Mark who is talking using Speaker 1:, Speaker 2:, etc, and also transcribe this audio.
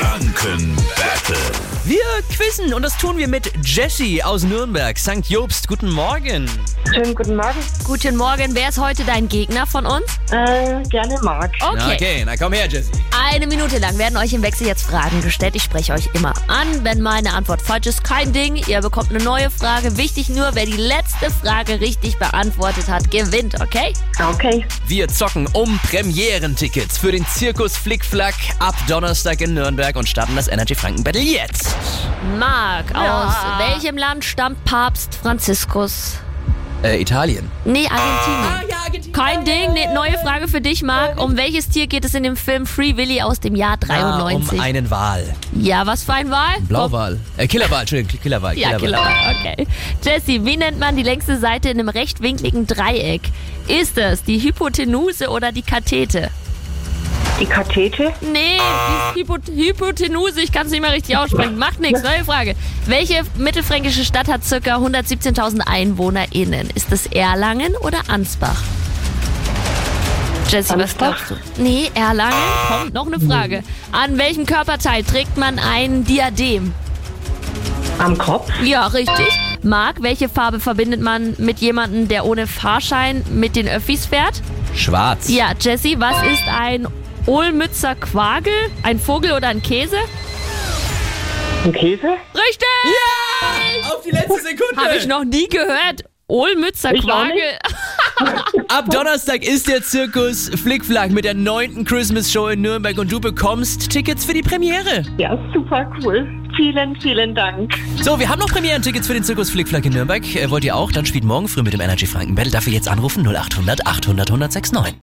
Speaker 1: Franken Battle.
Speaker 2: Wir quizzen und das tun wir mit Jessie aus Nürnberg, St. Jobst. Guten Morgen.
Speaker 3: Schönen guten Morgen.
Speaker 4: Guten Morgen, wer ist heute dein Gegner von uns?
Speaker 3: Äh, gerne Marc.
Speaker 4: Okay.
Speaker 2: okay, na komm her, Jessie.
Speaker 4: Eine Minute lang werden euch im Wechsel jetzt Fragen gestellt. Ich spreche euch immer an. Wenn meine Antwort falsch ist, kein Ding. Ihr bekommt eine neue Frage. Wichtig nur, wer die letzte Frage richtig beantwortet hat, gewinnt, okay?
Speaker 3: Okay.
Speaker 2: Wir zocken um Premierentickets für den Zirkus Flickflack ab Donnerstag in Nürnberg und starten das Energy Franken Battle jetzt.
Speaker 4: Marc, aus welchem Land stammt Papst Franziskus?
Speaker 2: Äh, Italien.
Speaker 4: Nee,
Speaker 2: Ah,
Speaker 4: Argentinien. Kein Ding. Nee, neue Frage für dich, Marc. Um welches Tier geht es in dem Film Free Willy aus dem Jahr
Speaker 2: Ah, Um
Speaker 4: 93?
Speaker 2: einen Wal.
Speaker 4: ja, was für ein Wahl?
Speaker 2: Blauwal. Äh, Killerwal, Entschuldigung, Killerwal.
Speaker 4: Ja, Killer. Okay. Jesse, wie nennt man die längste Seite in einem rechtwinkligen Dreieck? Ist es die Hypotenuse oder die Kathete?
Speaker 3: Die Kathete,
Speaker 4: Nee, die ist Hypo Hypotenuse, ich kann es nicht mal richtig aussprechen. Macht nichts, neue Frage. Welche mittelfränkische Stadt hat ca. 117.000 EinwohnerInnen? Ist es Erlangen oder Ansbach? Jesse, was
Speaker 3: Ansbach?
Speaker 4: glaubst du? Nee, Erlangen. Kommt noch eine Frage. An welchem Körperteil trägt man ein Diadem?
Speaker 3: am Kopf,
Speaker 4: Ja, richtig. Marc, welche Farbe verbindet man mit jemandem, der ohne Fahrschein mit den Öffis fährt?
Speaker 2: Schwarz.
Speaker 4: Ja, Jesse, was ist ein Olmützer Quagel? Ein Vogel oder ein Käse?
Speaker 3: ein Käse.
Speaker 4: Richtig!
Speaker 2: Auf die letzte
Speaker 4: Habe ich
Speaker 2: Sekunde.
Speaker 4: noch nie gehört. Olmützer
Speaker 3: Ich auch nicht.
Speaker 4: Quagel.
Speaker 2: Ab Donnerstag ist der Zirkus Flickflack mit der neunten Christmas Show in Nürnberg und du bekommst Tickets für die Premiere.
Speaker 3: Ja, super cool. Vielen, vielen Dank.
Speaker 2: So, wir haben noch Premierentickets für den Zirkus Flickflack in Nürnberg. Äh, wollt ihr auch? Dann spielt morgen früh mit dem Energy Franken Battle. Dafür jetzt anrufen 0800 800 1069.